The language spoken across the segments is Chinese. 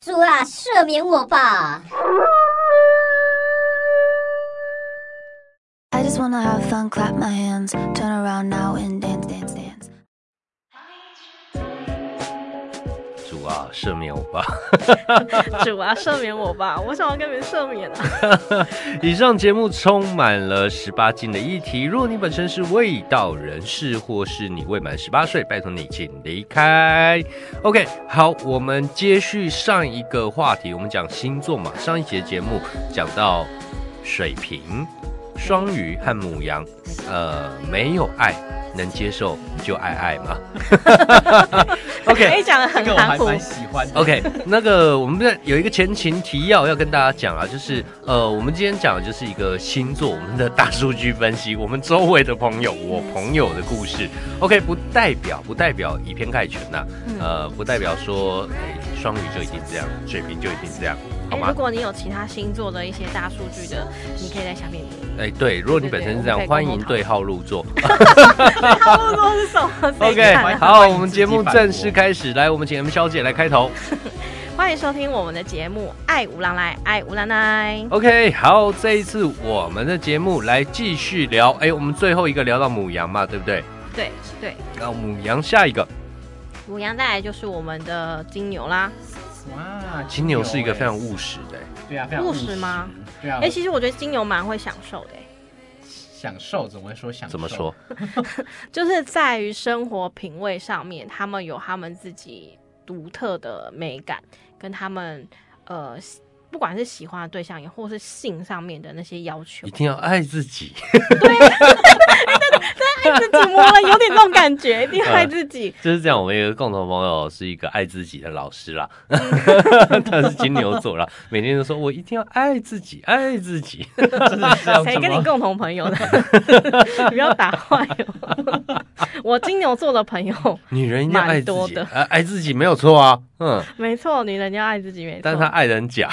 主啊，赦免我吧！ I just wanna have fun, clap my hands, turn around now and dance, dance, dance. 主啊，赦免我吧！ 主啊，赦免我吧！我想要跟你们赦免啊！以上节目充满了十八禁的议题，若你本身是未到人士，或是你未满十八岁，拜托你请离开。OK，好，我们接续上一个话题，我们讲星座嘛。上一节节目讲到水瓶、双鱼和母羊，呃，没有爱能接受你就爱爱吗 ？OK，可以讲的这很个我含还糊，蛮喜欢的。 OK，那个我们这有一个前情提要要跟大家讲啊，就是呃，我们今天讲的就是一个星座，我们的大数据分析，我们周围的朋友，我朋友的故事。OK，不代表不代表以偏概全呐、呃，不代表说哎双鱼就一定这样，水瓶就一定这样，好哎、吗如？果你有其他星座的一些大数据的，你可以在下面 留。哎，对，如果你本身是这样，对对对欢我迎们可以对号入座。差不多是什么啊 OK，欢迎好，欢迎我们节目自己反驳正式开始，来，我们请 M 小姐来开头。欢迎收听我们的节目《爱无浪来爱无浪来》。哦 OK，好，这一次我们的节目来继续聊，哎，我们最后一个聊到母羊嘛，对不对？对对，然后母羊下一个母羊带来就是我们的金牛啦。哇，金牛是一个非常哎务实的、对啊，非常务实吗？对啊，哎、其实我觉得金牛蛮会享受的、欸享受怎么会说享受？怎么说？？就是在于生活品味上面，他们有他们自己独特的美感，跟他们呃，喜不管是喜欢的对象，也或是性上面的那些要求 一，定要爱自己。爱自己摸了有点那种感 觉，一定爱自己。就是 这样，我们有一个共同朋友是一个爱自己的老师 啦，他是金牛座啦，每天都说我一定要爱自己，爱自己。真的是这样谁子跟你吗？共同朋 友的？你不要打坏我。我金牛座的朋友， 女人一定要爱蛮自多己，的呃爱自己没有错啊，嗯，没错，女人要爱自己，没错。但是他爱人假，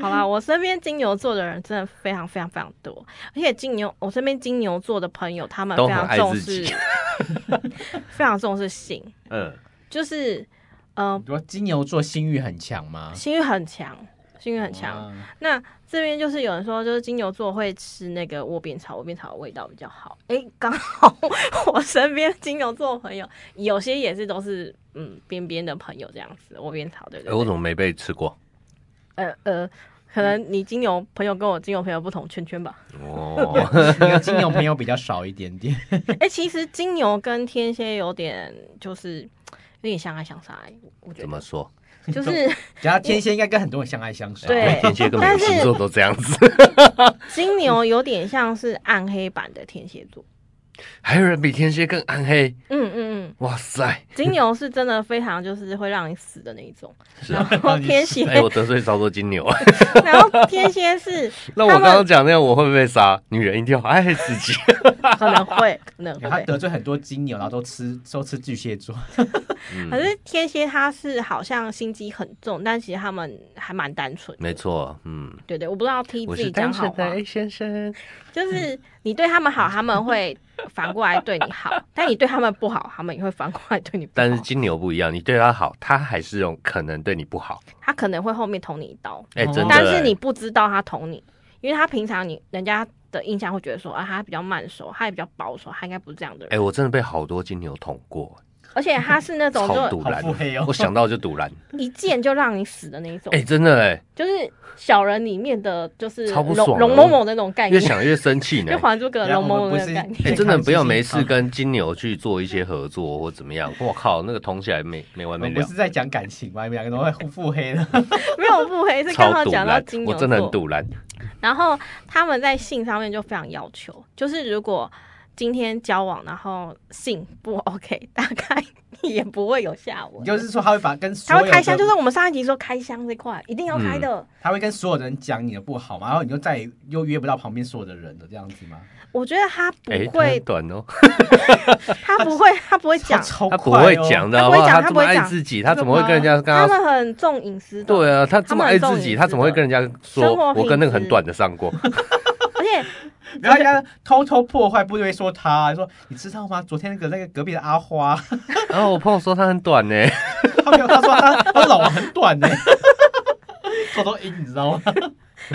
好啦，我身边金牛座的人真的非常非常非常多，而且金牛，我身边金牛座的朋友，他们都非很常爱重自己视，非常重视性，嗯，就是呃，你说金牛座性欲很强吗？性欲很强，性欲很强。哇，那这边就是有人说，就是金牛座会吃那个窝边草，窝边草的味道比较好。诶，刚好我身边金牛座的朋友有些也是都是嗯边边的朋友这样子，窝边草对不哎我对？怎么没被吃过？呃呃，可能你金牛朋友跟我金牛朋友不同圈圈吧。哦，你的金牛朋友比较少一 点点，哎、其实金牛跟天蝎有点就是有点相爱相杀、欸，我觉怎么得说？就是 然后天蝎应该跟很多人相爱相杀。 对天蝎跟每个但是星座都这样子，金牛有点像是暗黑版的天蝎座。还有人比天蝎更暗黑，嗯嗯嗯，哇塞！金牛是真的非常就是会让你死的那一种，是然啊，后天蝎，哎、我得罪超多 金牛啊。然后天蝎是那我刚刚讲那样，我会不会被杀？女人一定要爱自 己。可能会可 能他会，得罪很多金牛，然后都吃都吃巨蟹座，嗯可是天蝎他是好像心机很重，但其实他们还蛮单纯。没错，嗯，对对，我不知道替我自是己单讲好啊身的吗？ A 先生。就是你对他们嗯好，他们会反过来对 你好；但你对他们不好，他们也会反过来对你不好。但是金牛不一样，你对他好，他还是用可能对你不好。他可能会后面捅你一刀，哎、哦真的、哦但是你不知道他捅你，因为他平常你人家的印象会觉得说啊，他比较慢熟，他也比较保守，他应该不是这样的哎、人。我真的被好多金牛捅过，而且他是那种超就堵好然腹。黑哦我。想到就堵 然。一剑就让你死的那一种，哎、真的哎、就是小人里面的就是超不龙爽的龙某某那种概越念，想越生气哎 就呢《还珠格格》然后龙某我某们那不个是概念。 哎、真的不要没事看跟金牛去做一些合作或怎么样，我靠，那个捅起来没没完我没们不了，是在讲感情吗？你们两个都会腹腹 黑的。没有不黑，是刚超好堵讲到然金，牛我座，真的很堵然。然后他们在性上面就非常要求，就是如果今天交往，然后性不 OK，大概也不会有下文。你就是说他会把跟所他有会开箱，的嗯就是我们上一集说开箱这块一定要开的。他会跟所有人讲你的不好嘛，然后你就再也又约不到旁边所有的人的这样子吗？我觉得他不哎、它会 很，短哦，他不会，他不会讲，超他不快会哦讲的，他好不好？会讲他他这不么会爱讲自己，他怎么会跟人家跟他他们很重隐私的。对啊，他这么爱他们自很重己，隐他怎么会跟人家私说的生活 我跟那个品质很短的上过？而且 然后人家偷偷破坏，不会说他说你知道吗？昨天那个那个隔壁的阿花， 然哦后我朋友说他很短呢，他没有他说他他老王很短呢， 偷偷赢你知道吗？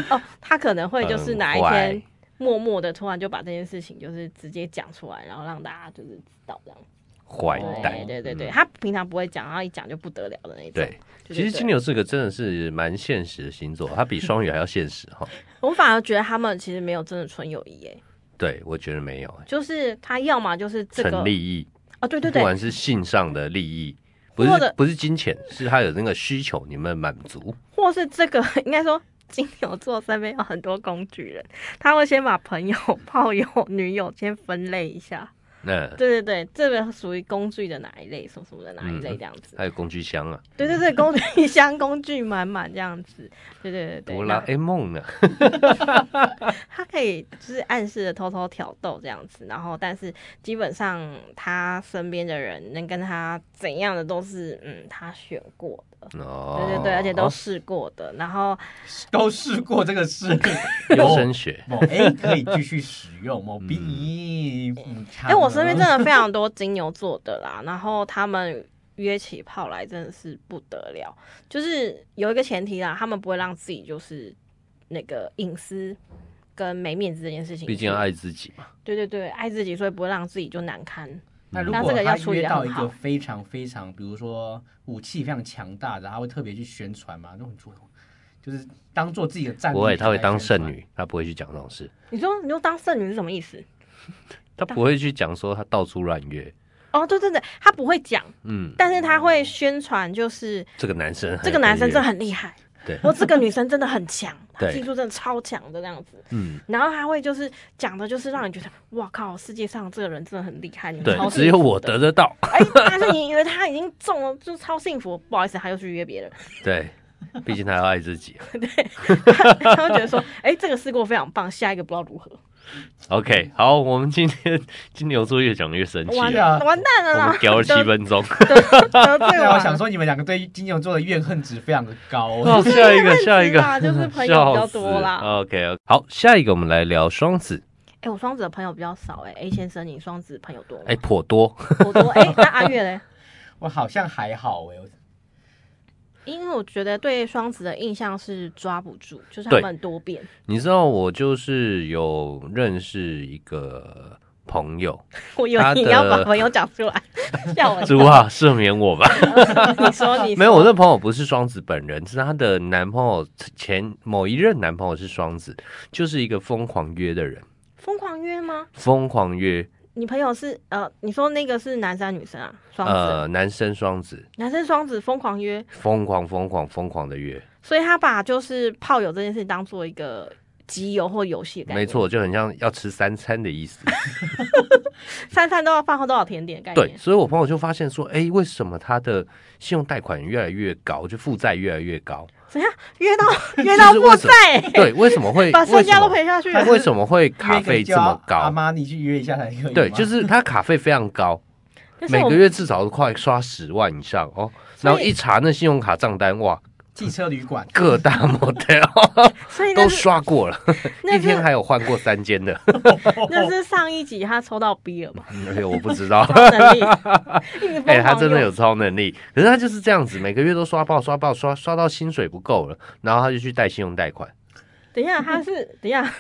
哦，他可能会就是哪一很天坏默默的突然就把这件事情就是直接讲出来，然后让大家就是知道这样。坏蛋对。对对对，嗯他平常不会讲，然后一讲就不得了的那种。对，就是其实对金牛这个真的是蛮现实的星座，它比双鱼还要现 实哈。我反而觉得他们其实没有真的纯友谊，哎，对，我觉得没有就是他要么就是这个纯利益，哦，对对不对管是性上的利益，不是或者不是金钱，是他有那个需求，你们满足。或是这个 应该说。金牛座身边有很多工具人，他会先把朋友、 炮友、女友先分类一下。那对对对，这个属于工具的哪一类，什么什么的哪一类这样子。还有工具箱啊，对对对，工具 箱工具满满这样子。对对对对，哆啦那 A 梦呢？他可以就是暗示的偷偷挑逗这样子，然后但是基本上他身边的人能跟他怎样的都是嗯他选过的，哦，对对对，而且都试过的，然后哎都试过这个 事，优生学，某 A 可以继续使用，某 B 嗯，哎、我身边真的非常多金牛座的啦，然后他们约起炮来真的是不得了，就是有一个前提啦，他们不会让自己就是那个隐私跟没面子这件事情，毕竟要爱自己嘛。对对对爱自己，所以不会让自己就难堪。那如那果这个要他处理约得到很一好个非常非常，比如说武器非常强大的，他会特别去宣传嘛，那种主动就是当做自己的战力。不会，他会当剩。女，他不会去讲这种事，你说你说当剩女是什么意思？他不会去讲说他到处乱约。哦，对对对，他不会讲，嗯，但是他会宣传，就是这个男生，这个男生真的这，很厉害，对或这个女生真的很强， 对技术真的超强的这样子。嗯，然后他会就是讲的，就是让你觉得哇靠，世界上这个人真的很厉害，你们对超，幸福只有我的得。得到。哎，但是你以为他已经中了，就超幸福，不好意思，他又去约 别人，对，毕竟他要爱自己。他会觉得说，哎，这个试过非常棒，下一个不知道如何， OK，好，我们今天金牛座越讲越生气完是了，啊完蛋了我 啦们，聊了七得分 钟。得罪对，啊我我了想说你们两个对金牛座的怨恨值非常的高。哦，下一个，下一个啦，就是朋友比较多啦 OK，好，下一个我们来聊双子，哎，我双子的朋友比较少，哎，A 先生，你双子朋友多吗？哎，颇多。我多，哎，那阿月嘞？我好像还好哎、我因为我觉得对双子的印象是抓不住，就是他对们很多变， 你知道我就是有认识一个朋友，我以为他你的要把朋友讲出来， 吓我一跳猪。啊，赦免我吧。你说你没有，我那朋友不是双子本人，是她的男朋友前某一任男朋友是双子，就是一个疯狂约的人，疯狂约吗？疯狂约，你朋友是呃，你说那个是男生还是女生啊？双子，呃，男生双子，男生双子疯狂约，疯狂疯狂疯狂的约，所以他把就是炮友这件事情当做一个集邮或游戏的概念，没，错，就很像要吃三餐的意思。三餐都要饭后都要有甜点的概对，念。所以我朋友就发现说，哎，为什么他的信用贷款越来越高，就负债越来越 高？怎样约 到约到为负什债、对，为什么哎会？把身家都为赔下去什么了他。为什么会卡约费一个这么叫阿高？妈你去约一下才可以吗。对，就是他卡费非常高， 但是每我个月至少快刷十万以上哦。所然以后一查那信用卡账单，哇，汽车旅馆，各大 motel 所以那都是刷过了，那一天是还有换过三间 的，那是上一集他抽到 B 了嘛？哎呦，我不 知道。超能力，一直疯狂 哎、他真的用有超能力，可是他就是这样子，每个月都刷爆刷爆刷刷到薪水不够了，然后他就去贷信用贷款。等一下，他是等一下，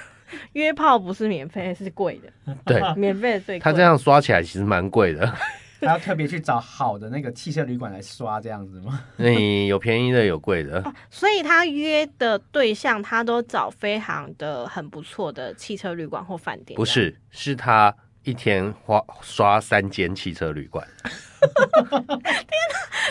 约炮不是免费，是贵的， 对免费的最啊贵。他这样刷起来其实蛮贵的， 他要特别去找好的那个汽车旅馆来刷这样子 吗？你哎有便宜的有贵的，所以他约的对象，他都找非常的很不错的汽车旅馆或饭店。不是，是他一天花刷三间汽车旅 馆。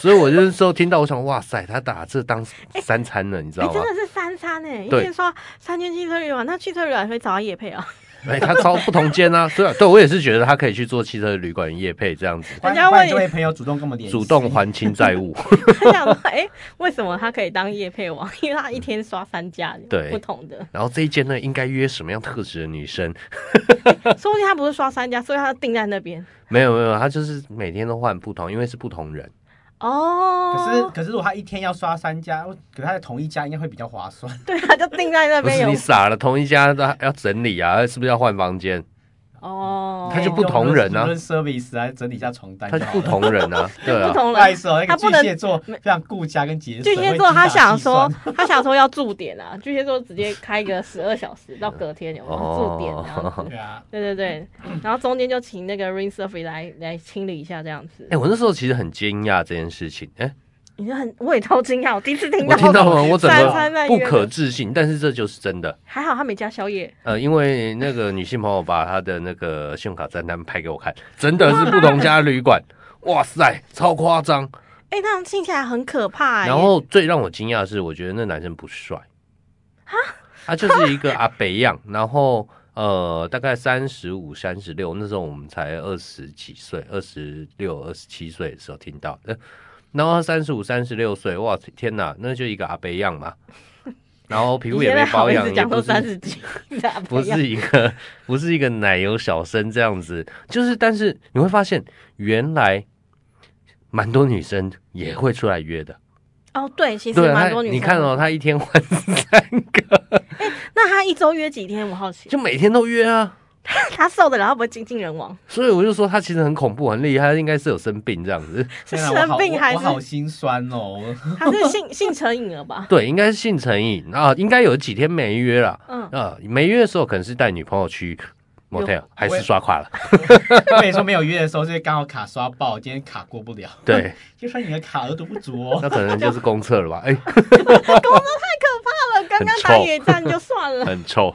所以我就是说听到，我想哇塞，他打这当三餐了，你知这样，道哎、吗？真的是三餐哎、一对天刷三间汽车旅馆，那汽车旅馆会找他夜配啊？哎、他超不同间啊， 对啊，对我也是觉得他可以去做汽车旅馆业配这样子，不然人家不然问你这位朋友主动跟我们联系，主动还清债 务。 他想说，哎、为什么他可以当夜配王？ 因为他一天刷三家，对不同的，然后这一间呢，应该约什么样特质的女生？说不定他不是刷三家，所以他定在那边。没有没有，他就是每天都换不同，因为是不同人。哦，可是可是如果他一天要刷三家，可是他在同一家应该会比较划算。对啊，就定在那不边是有你傻了，同一家的要整理啊，是不是要换房间？哦， 他就不同人啊无论 service 啊，整理一下床单他就就不好了。同人 啊，对不啊，同不好意人。思哦，那他个不巨能蟹座非常顾家跟节省。巨蟹会座精打他想细说算，他想说要驻点啊，巨蟹座直接开个十二小时到隔天有没有驻点这样哦子对啊，对对对，然后中间就请那个 Rain Surfy 来来清理一下这样子哎、。我那时候其实很惊讶这件事情，哎、你就很，我也超惊讶，我第一次听我到。听到了，我整三餐在个不约的可置信，但是这就是真的。还好他没加宵夜，呃，因为那个女性朋友把她的那个信用卡账单拍给我看，真的是不同家旅馆，哇塞，超夸张。哎、那样听起来很可怕、欸。然后最让我惊讶的是，我觉得那男生不帅，他就是一个阿北样，然后呃，大概三十五、三十六，那时候我们才二十几岁，二十六、二十七岁的时候听到的。然后三十五、三十六岁，哇，天哪，那就一个阿北样 嘛。然后皮你肤也现在没好保意养，思也讲不说是三十几，不是一个不是一个奶油小生这样子，就是但是你会发现，原来蛮多女生也会出来约的。哦，对，其实对，蛮他多女生。你看哦，，他一天换三个， 那他一周约几天？我好奇，就每天都约啊。他瘦的，然后不会精尽人亡，所以我就说他其实很恐怖，很厉害，他应该是有生病这样子。 是天哪我生好病我还我好是心酸哦。他是性性成瘾了吧？对，应该是性成瘾啊，应该有几天没约了。嗯，啊，没约的时候可能是带女朋友去 motel，还是刷卡了。 我跟你说，没有约的时候，就是刚好卡刷爆，今天卡过不了， 对， 就算你的卡额度不足 哦。那可能就是公厕了吧？哎、他们 刚刚打野战就算 了，很臭。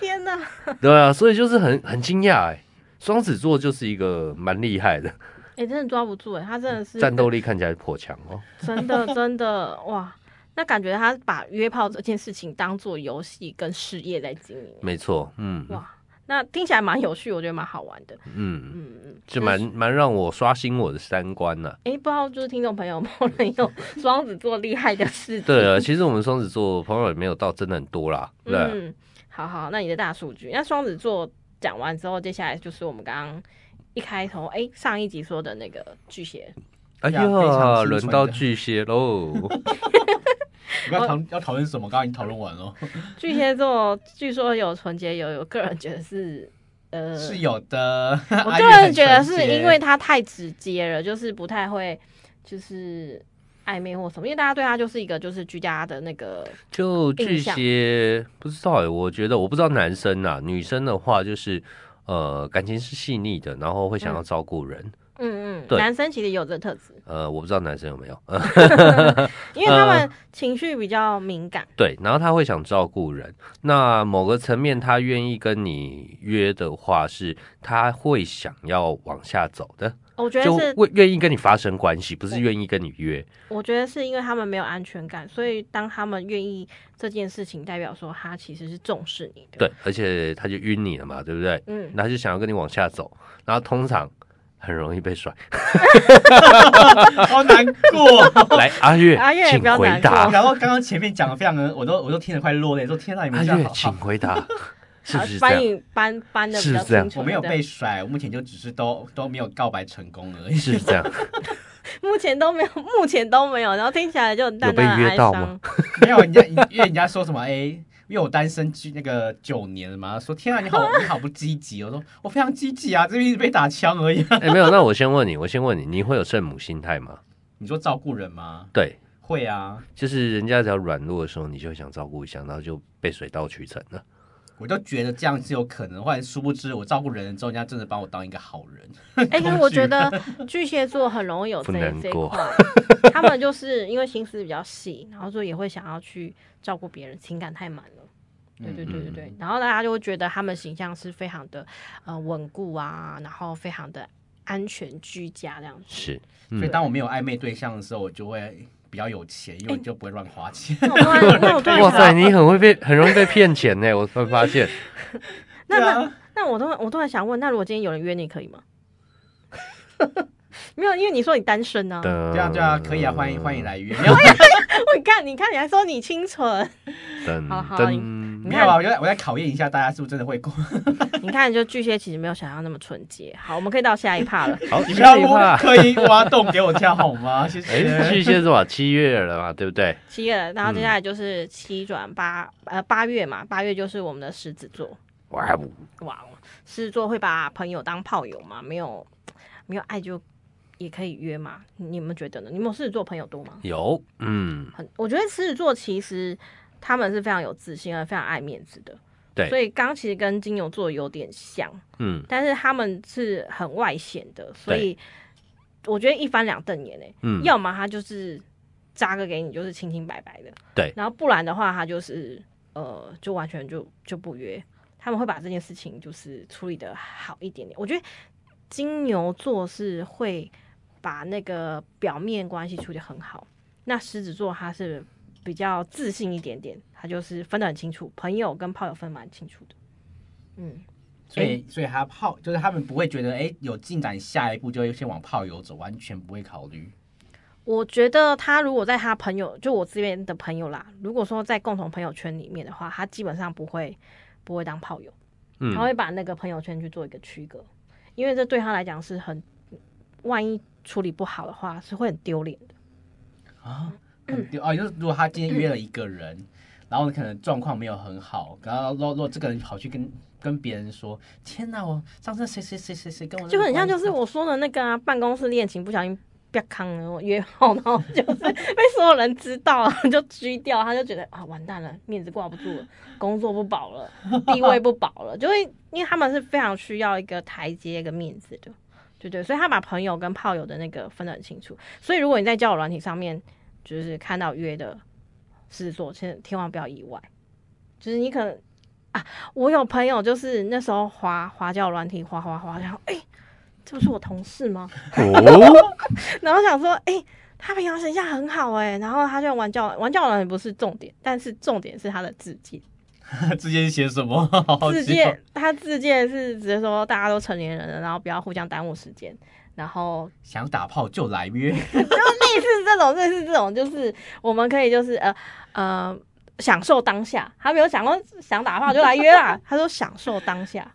天哪！对啊，所以就是很很惊讶哎，双子座就是一个蛮厉害的，哎、真的抓不住哎、他真的是战斗力看起来颇强哦。真的真的哇，那感觉他把约炮这件事情当做游戏跟事业在经营。没错，嗯哇，那听起来蛮有趣，我觉得蛮好玩的。嗯，嗯嗯，就蛮蛮让我刷新我的三观了、哎、不知道就是听众朋友有没有人有双子座厉害的事情？对啊， 其实我们双子座朋友也没有到真的很多啦，对啊、嗯，好好，那你的大数据，那双子座讲完之后，接下来就是我们刚刚一开头哎、诶上一集说的那个巨蟹，哎呀非常呀，新轮春到的巨蟹喽， 你要讨要讨论什么？刚刚已经讨论完了，巨蟹座据说有纯洁有，有个人觉得是呃是有的。我阿个月很人觉得纯是洁因为他太直接了，就是不太会，就是暧昧或什么，因为大家对他就是一个就是居家的那个，就巨印象蟹不知道哎、我觉得我不知道男生啊，女生的话就是呃感情是细腻的，然后会想要照顾人。嗯嗯，对男生其实也有这个特质，嗯呃，我不知道男生有没有，因为他呃们情绪比较敏感，对，然后他会想照顾人。那某个层面，他愿意跟你约的话，是他会想要往下走的，我觉就得是，会愿意跟你发生关系，不是愿意跟你约。我觉得是因为他们没有安全感，所以当他们愿意这件事情，代表说他其实是重视你的，对，而且他就晕你了嘛，对不对？嗯，那他就想要跟你往下走，然后通常很容易被甩。 好难过。 来，阿月，阿月请不要回难过答。然后刚刚前面讲的非常的，我都我都听得快落泪，说天哪，你阿们这样月好，请好。回答，是好不是这把样？你搬搬的比是较不是这样清楚，我没有对被甩，我目前就只是都都没有告白成功而已。是不是这样？目前都没有，目前都没有，然后听起来就很淡有被淡的约哀到伤吗。 没有人家，因为人家说什么哎、因为我单身居那个九年了嘛，说天啊，你好，你好不积极。我说我非常积极啊，这边一直被打枪而已、 啊。哎、没有。那我先问你，我先问你，你会有圣母心态吗？你说照顾人吗？对，会啊，就是人家只要软弱的时候，你就会想照顾一下，然后就被水到渠成了。我就觉得这样是有可能，后来殊不知我照顾人了之后，人家真的把我当一个好人。 哎、可是我觉得巨蟹座很容易有这不难这一过 块，他们就是因为心思比较细，然后就也会想要去照顾别人，情感太满了。嗯对对嗯对对对，然后大家就会觉得他们形象是非常的呃稳固啊，然后非常的安全居家这样子。是，所以嗯，当我没有暧昧对象的时候，我就会比较有钱，因为我就不会乱花钱。 那我突然，那我突 然哇塞，想到，你很会被，很容易被骗钱呢。我突然发 现，那对那啊，那我突然我突然想问，那如果今天有人约你可以吗？ 没有，因为你说你单身啊。对对啊，对啊，可以啊，欢迎欢迎。来约。没有我看，你看，你还说你清纯。噔好好噔，没有啊，我在我在考验一下大家是不是真的会过。 你看，就巨蟹其实没有想象那么纯洁。好，我们可以到下一趴了。好，你你不要话，刻意挖洞给我跳好吗？谢哎，谢。巨蟹是多少？七月了嘛，对不对？七月了，然后接下来就是七转八，呃，八月嘛，八月就是我们的狮子座。哇哦，哇，狮子座会把朋友当炮友吗？没有，没有爱就也可以约嘛？你们觉得呢？你们有狮子座朋友多吗？有，嗯，很，我觉得狮子座其实他们是非常有自信，而非常爱面子的。对所以刚其实跟金牛座有点像，嗯，但是他们是很外显的，所以我觉得一翻两瞪眼诶、欸嗯要么他就是扎个给你，就是清清白白的，对然后不然的话，他就是呃，就完全就就不约，他们会把这件事情就是处理的好一点点。我觉得金牛座是会把那个表面关系处理得很好，那狮子座他是比较自信一点点，他就是分得很清楚，朋友跟炮友分得蛮清楚的，嗯。所以所以他泡就是他们不会觉得哎、有进展，下一步就会先往炮友走，完全不会考虑。我觉得他如果在他朋友，就我这边的朋友啦，如果说在共同朋友圈里面的话，他基本上不会不会当炮友，嗯 他会把那个朋友圈去做一个区隔，因为这对他来讲是很，万一处理不好的话是会很丢脸的。啊，很嗯丢哦，就是如果他今天约了一个人，然后可能状况没有很好，然后如果如果这个人跑去跟跟别人说，天哪，我上次谁谁谁谁谁跟我就很像就是我说的那个啊，办公室恋情不小心被坑了，我约好，然后就是 被所有人知道了，就拘掉，他就觉得啊完蛋了，面子挂不住了，工作不保了，地位不保了，就会因为他们是非常需要一个台阶、一个面子的，对对，所以他把朋友跟炮友的那个分得很清楚。所以如果你在交友软体上面就是看到约的狮子座，千千万不要意外，就是你可能。啊，我有朋友就是那时候滑滑交友软体，滑滑滑，然后哎、这不是我同事吗？ 哦，然后想说，哎、他平常形象很好哎、然后他就玩教玩教人不是重点，但是重点是他的自荐， 之前写什么？好好自奇哦荐他自荐是直接说大家都成年人了，然后不要互相耽误时间，然后想打炮就来约， 类似这种，类似这种，就是我们可以就是呃呃享受当下，他没有想过想打炮就来约啦，他说享受当下，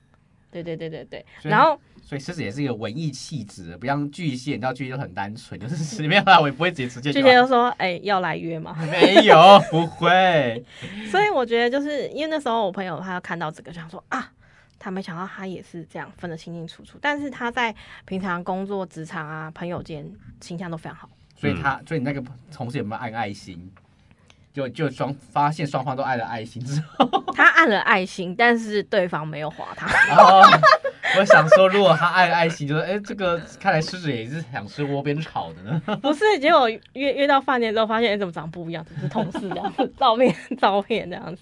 对对对对对，所以然后所以狮子也是一个文艺气质，不像巨蟹，你知道巨蟹就很单纯，就是 随便啦，我也不会直接直接巨就蟹来就说，哎、要来约吗？没有，不会。所以我觉得就是因为那时候我朋友他看到这个，就想说啊，他没想到他也是这样分得清清楚楚，但是他在平常工作、职场啊、朋友间形象都非常好。所以他，所以你那个同事有没有按爱心？就就双发现双方都按了爱心之后，他按了爱心，但是对方没有划他。然后我想说，如果他按了爱心，就说，哎、这个看来狮子也是想吃窝边草的呢。不是，结果约约到饭店之后，发现哎怎么长不一样，只是同事这样子，照片照片这样子。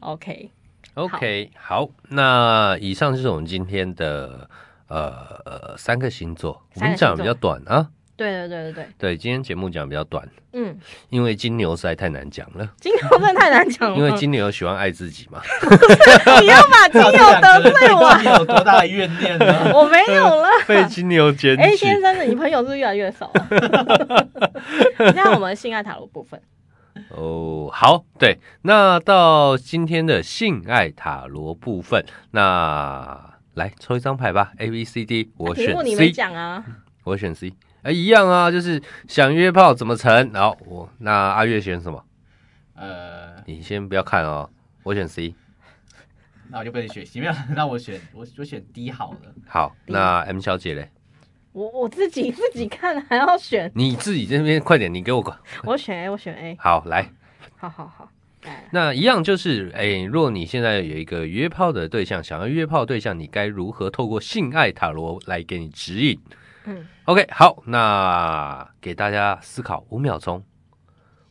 OK， OK，好，那以上就是我们今天的呃呃三个星座，我三们个星座讲得比较短啊。对对对对对，对，今天节目讲得比较短，嗯，因为金牛实在太难讲了，金牛真的太难讲了，因为金牛喜欢爱自己嘛。 你要把金到底牛两个得人罪到我，底有多大的怨念 呢？我没有了。被金牛检哎、举先生的，你朋友是不是越来越少了。 那我们性爱塔罗部分，哦，好，对，那到今天的性爱塔罗部分，那来抽一张牌吧，A B C D，我啊题选目你没 C，讲啊，我选 C，哎，一样啊，就是想约炮怎么成？然后我那阿月选什么？呃，你先不要看哦，我选 C。那我就不能选，没有，那我选我我选 D 好了。好，那 M 小姐嘞，我我自己自己看还要选，你自己这边快点，你给我滚。我选 A，我选 A，好，来，好好好，来，那一样就是，哎，若你现在有一个约炮的对象，想要约炮对象，你该如何透过性爱塔罗来给你指引？嗯， OK，好，那给大家思考五秒钟，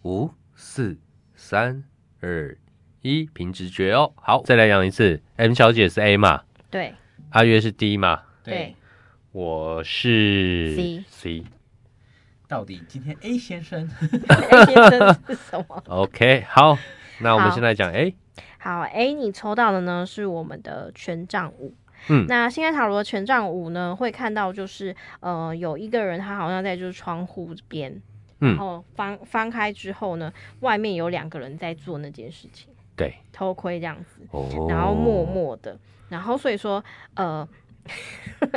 五、四、三、二、一，凭直觉哦。好，再来讲一次，M 小姐是 A 嘛，对，阿月是 D 嘛，对我是 C C。到底今天 A 先生 ，A 先生是什么？ OK，好，那我们好现在讲哎 A，好，A 你抽到的呢是我们的权杖五。嗯那新爱塔罗的权杖五呢，会看到就是呃有一个人他好像在就是窗户边，嗯然后翻翻开之后呢，外面有两个人在做那件事情。对，偷窥这样子，哦，然后默默的，然后所以说呃，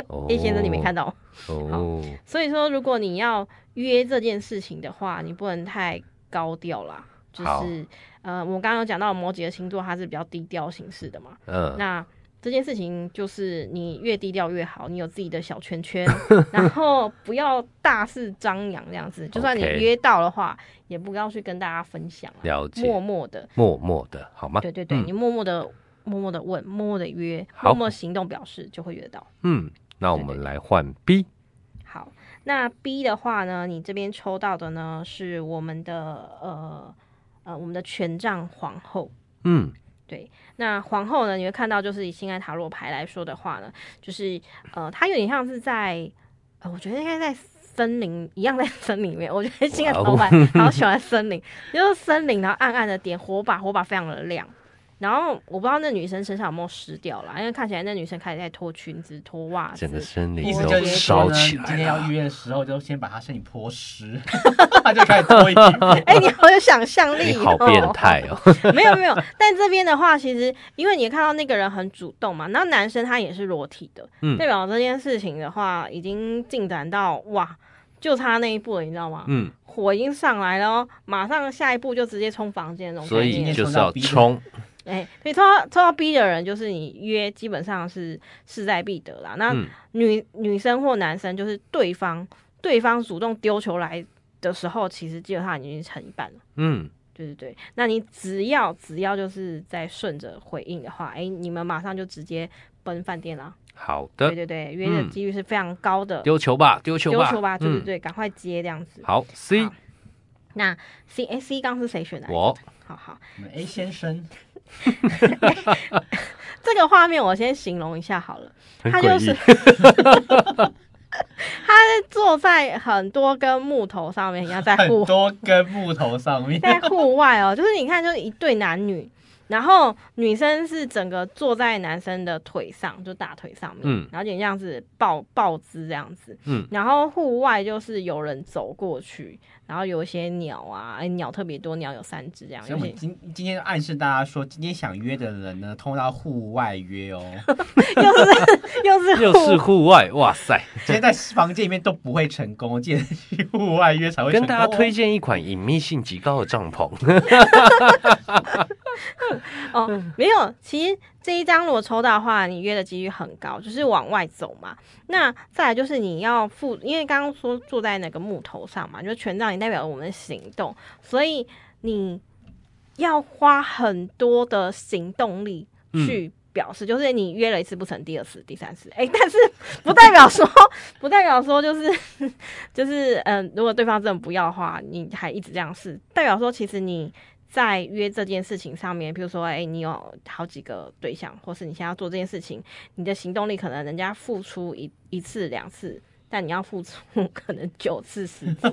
默叶先生你没看到到 吗，哦，所以说如果你要约这件事情的话，你不能太高调啦。就好是呃，我刚刚有讲到摩羯的星座，它是比较低调行事的嘛。嗯，那这件事情就是你越低调越好，你有自己的小 圈圈，然后不要大肆张扬这样子。就算你 OK 约到的话，也不要去跟大家分享啊，了解，默默的，默默的好吗？对对对，嗯你默默的、默默的问，默默的约，好默默行动表示就会约到。嗯，那我对们对来换 B，好，那 B 的话呢，你这边抽到的呢是我们的呃呃我们的权杖皇后。嗯，那皇后呢，你会看到就是以星爱塔罗牌来说的话呢，就是呃，它有点像是在呃，我觉得应该在。森林一样在森林里面，我觉得星爱塔罗牌好喜欢森林，就是森林，然后暗暗的点火把，火把非常的亮。然后我不知道那女生身上有没有湿掉啦，因为看起来那女生开始在脱裙子、脱袜子，整个森林意思都就是烧说呢，起你今来天要了。约的时候，就先把他身体泼湿， 他就开始 脱衣服。哎、你好有想象力、 你哦，好变态哦！ 没有没有，但这边的话，其实因为你看到那个人很主动嘛，那男生他也是裸体的，嗯代表这件事情的话，已经进展到哇，就差那一步了，你知道吗？嗯，火已经上来了哦，马上下一步就直接冲房间那种所概以念。就是要冲，哎，所以抽到抽到 B 的人，就是你约基本上是势在必得啦。那嗯，女女生或男生，就是对方对方主动丢球来的时候，其实基本上已经成一半了。嗯，对对对，那你只要只要就是在顺着回应的话，哎，你们马上就直接奔饭店啦。好对的，对对，约的嗯几率是非常高的。丢球吧，丢球丢吧，球吧，对对嗯，对，赶快接这样子。好，C，好那 C A C 刚是谁选的？我，好好，我们 A 先生，这个画面我先形容一下好了。很他就诡 是异，坐在很多根木头上面，要在很户多根木头上面，在户外哦， 就是你看，就是一对男女，然后女生是整个坐在男生的腿上，就大腿上面，嗯然后有点像是抱抱姿这样子，嗯然后户外就是有人走过去，然后有一些鸟啊，哎，鸟特别多，鸟有三只这样，所以有我些 们今今天暗示大家说，今天想约的人呢，通常户外约哦。又是 又户是户外，哇塞！今天在房间里面都不会成功，今天去户外约才会成跟功。大哦家推荐一款隐秘性极高的帐篷，哦，没有。其实这一张如果抽到的话，你约的几率很高，就是往外走嘛。那再来就是你要付，因为刚刚说坐在那个木头上嘛，就权杖也代表我们的行动，所以你要花很多的行动力去。表示就是你约了一次不成，第二次、第三次，哎、但是不代表说， 不代表说就是 就是嗯、如果对方真的不要的话，你还一直这样试，代表说其实你在约这件事情上面，比如说，哎、你有好几个对象，或是你现在要做这件事情，你的行动力可能人家付出一一次两次，但你要付出 可能九次十 次，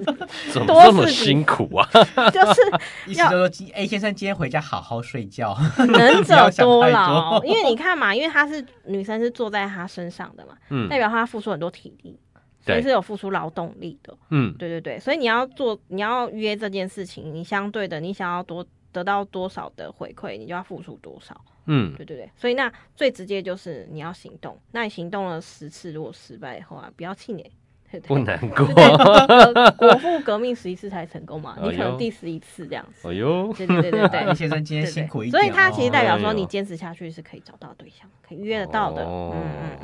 怎么多这么刺激辛苦 啊？就是意思就是说今，A 先生今天回家好好睡觉。能不要者想多太劳。 多因为你看嘛，因为她是女生是坐在她身上的嘛，嗯代表她付出很多体力，所以对是有付出劳动力的。嗯，对对对，所以你要做，你要约这件事情，你相对的，你想要多得到多少的回馈，你就要付出多少。嗯，对对对，所以那最直接就是你要行动。那你行动了十次，如果失败的话，不要气馁，对不对对。难过。 对，果腹革命十一次才成功嘛，哎呦你可能第十一次这样子。哎呦，对对对对对 A 哎先生今对对天辛苦一点、所哦。以它其实代表说哎呦你坚持下去是可以找到对象，可以约得到的。哦嗯嗯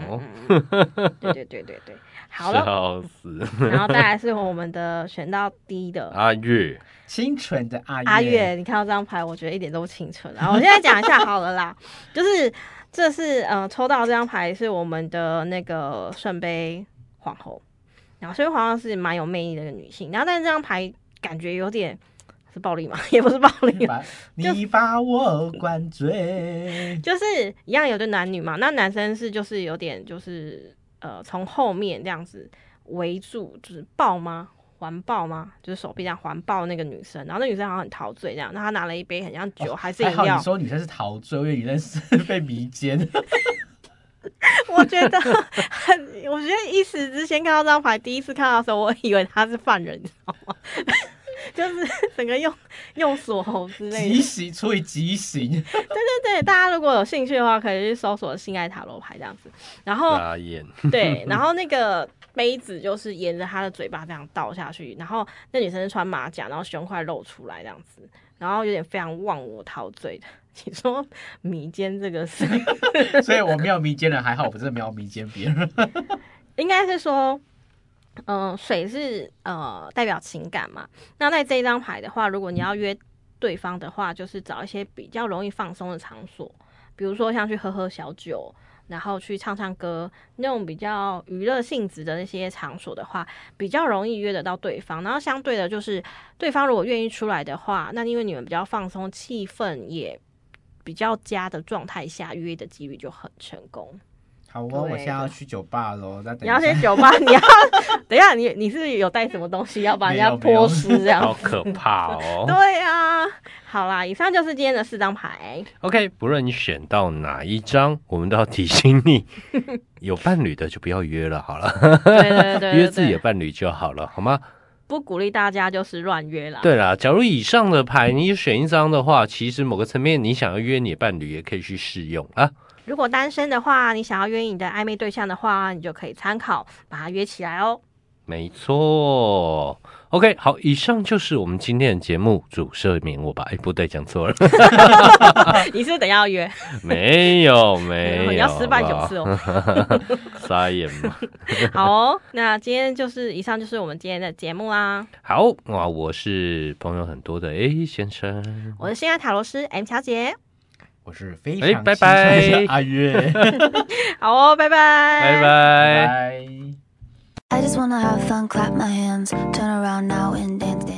嗯嗯 嗯，对对对对对，好了。笑死！然后再来是我们的选到 D 的阿月，清纯的阿月，阿月，你看到这张牌，我觉得一点都不清纯。然后我现在讲一下好了啦，就是这是呃抽到这张牌是我们的那个圣杯皇后，然后圣杯皇后是蛮有魅力的一个女性，然后但是这张牌感觉有点是暴力嘛， 也不是暴力， 把你把我灌醉。就是一样有对男女嘛，那男生是就是有点就是呃从后面这样子围住，就是抱吗？环抱吗？就是手臂这样环抱那个女生，然后那女生好像很陶醉这样，那她拿了一杯很像酒、还是哦还饮好料你，说女生是陶醉，因为女生 是被迷奸。我觉得很，我觉得一时之前看到这张牌，第一次看到的时候，我以为他是犯人，你知道吗？ 就是整个用用锁喉之类极的。刑除以极刑，对对，大家如果有兴趣的话，可以去搜索“性爱塔罗牌”这样子。然后大眼，对，然后那个杯子就是沿着她的嘴巴这样倒下去，然后那女生是穿马甲，然后胸块露出来这样子，然后有点非常忘我陶醉的。你说迷奸这个事，所以我没有迷奸人还好，我真的没有迷奸别人。应该是说，嗯、水是呃代表情感嘛。那在这一张牌的话，如果你要约对方的话，就是找一些比较容易放松的场所，比如说像去喝喝小酒，然后去唱唱歌那种比较娱乐性质的那些场所的话，比较容易约得到对方。然后相对的，就是对方如果愿意出来的话，那因为你们比较放松，气氛也比较佳的状态下，约的几率就很成功。好哦，对我现在要去酒吧喽，那你等要一下先酒吧，你要等一下，你你是不是有带什么东西要把人家没有没有泼湿这好样？可怕哦。 对啊，好啦，以上就是今天的四张 牌。 OK，不论你选到哪一张，我们都要提醒你， 有伴侣的就不要约了，好了，对对对对约自己的对，伴侣就好了，好吗？不鼓励大家就是乱约啦。对啦，假如以上的牌你选一张的话，其实某个层面你想要约你的伴侣，也可以去试用啊。如果单身的话，你想要约你的暧昧对象的话，你就可以参考把它约起来 哦。没错，OK，好，以上就是我们今天的节目主社名，我把哎不对，讲 错了，你是不是等一下要约？没有没有，你要失败九次哦， 哦。 傻眼嘛。好哦，那今天就是以上就是我们今天的节目啦。好哇，我是朋友很多的 A 先生，我是性爱塔罗师 M 小姐。我是非哎常拜拜欣赏阿月，好哦，拜拜，拜拜。拜。 I just wanna have fun, clap my hands, turn around now and dance, dance.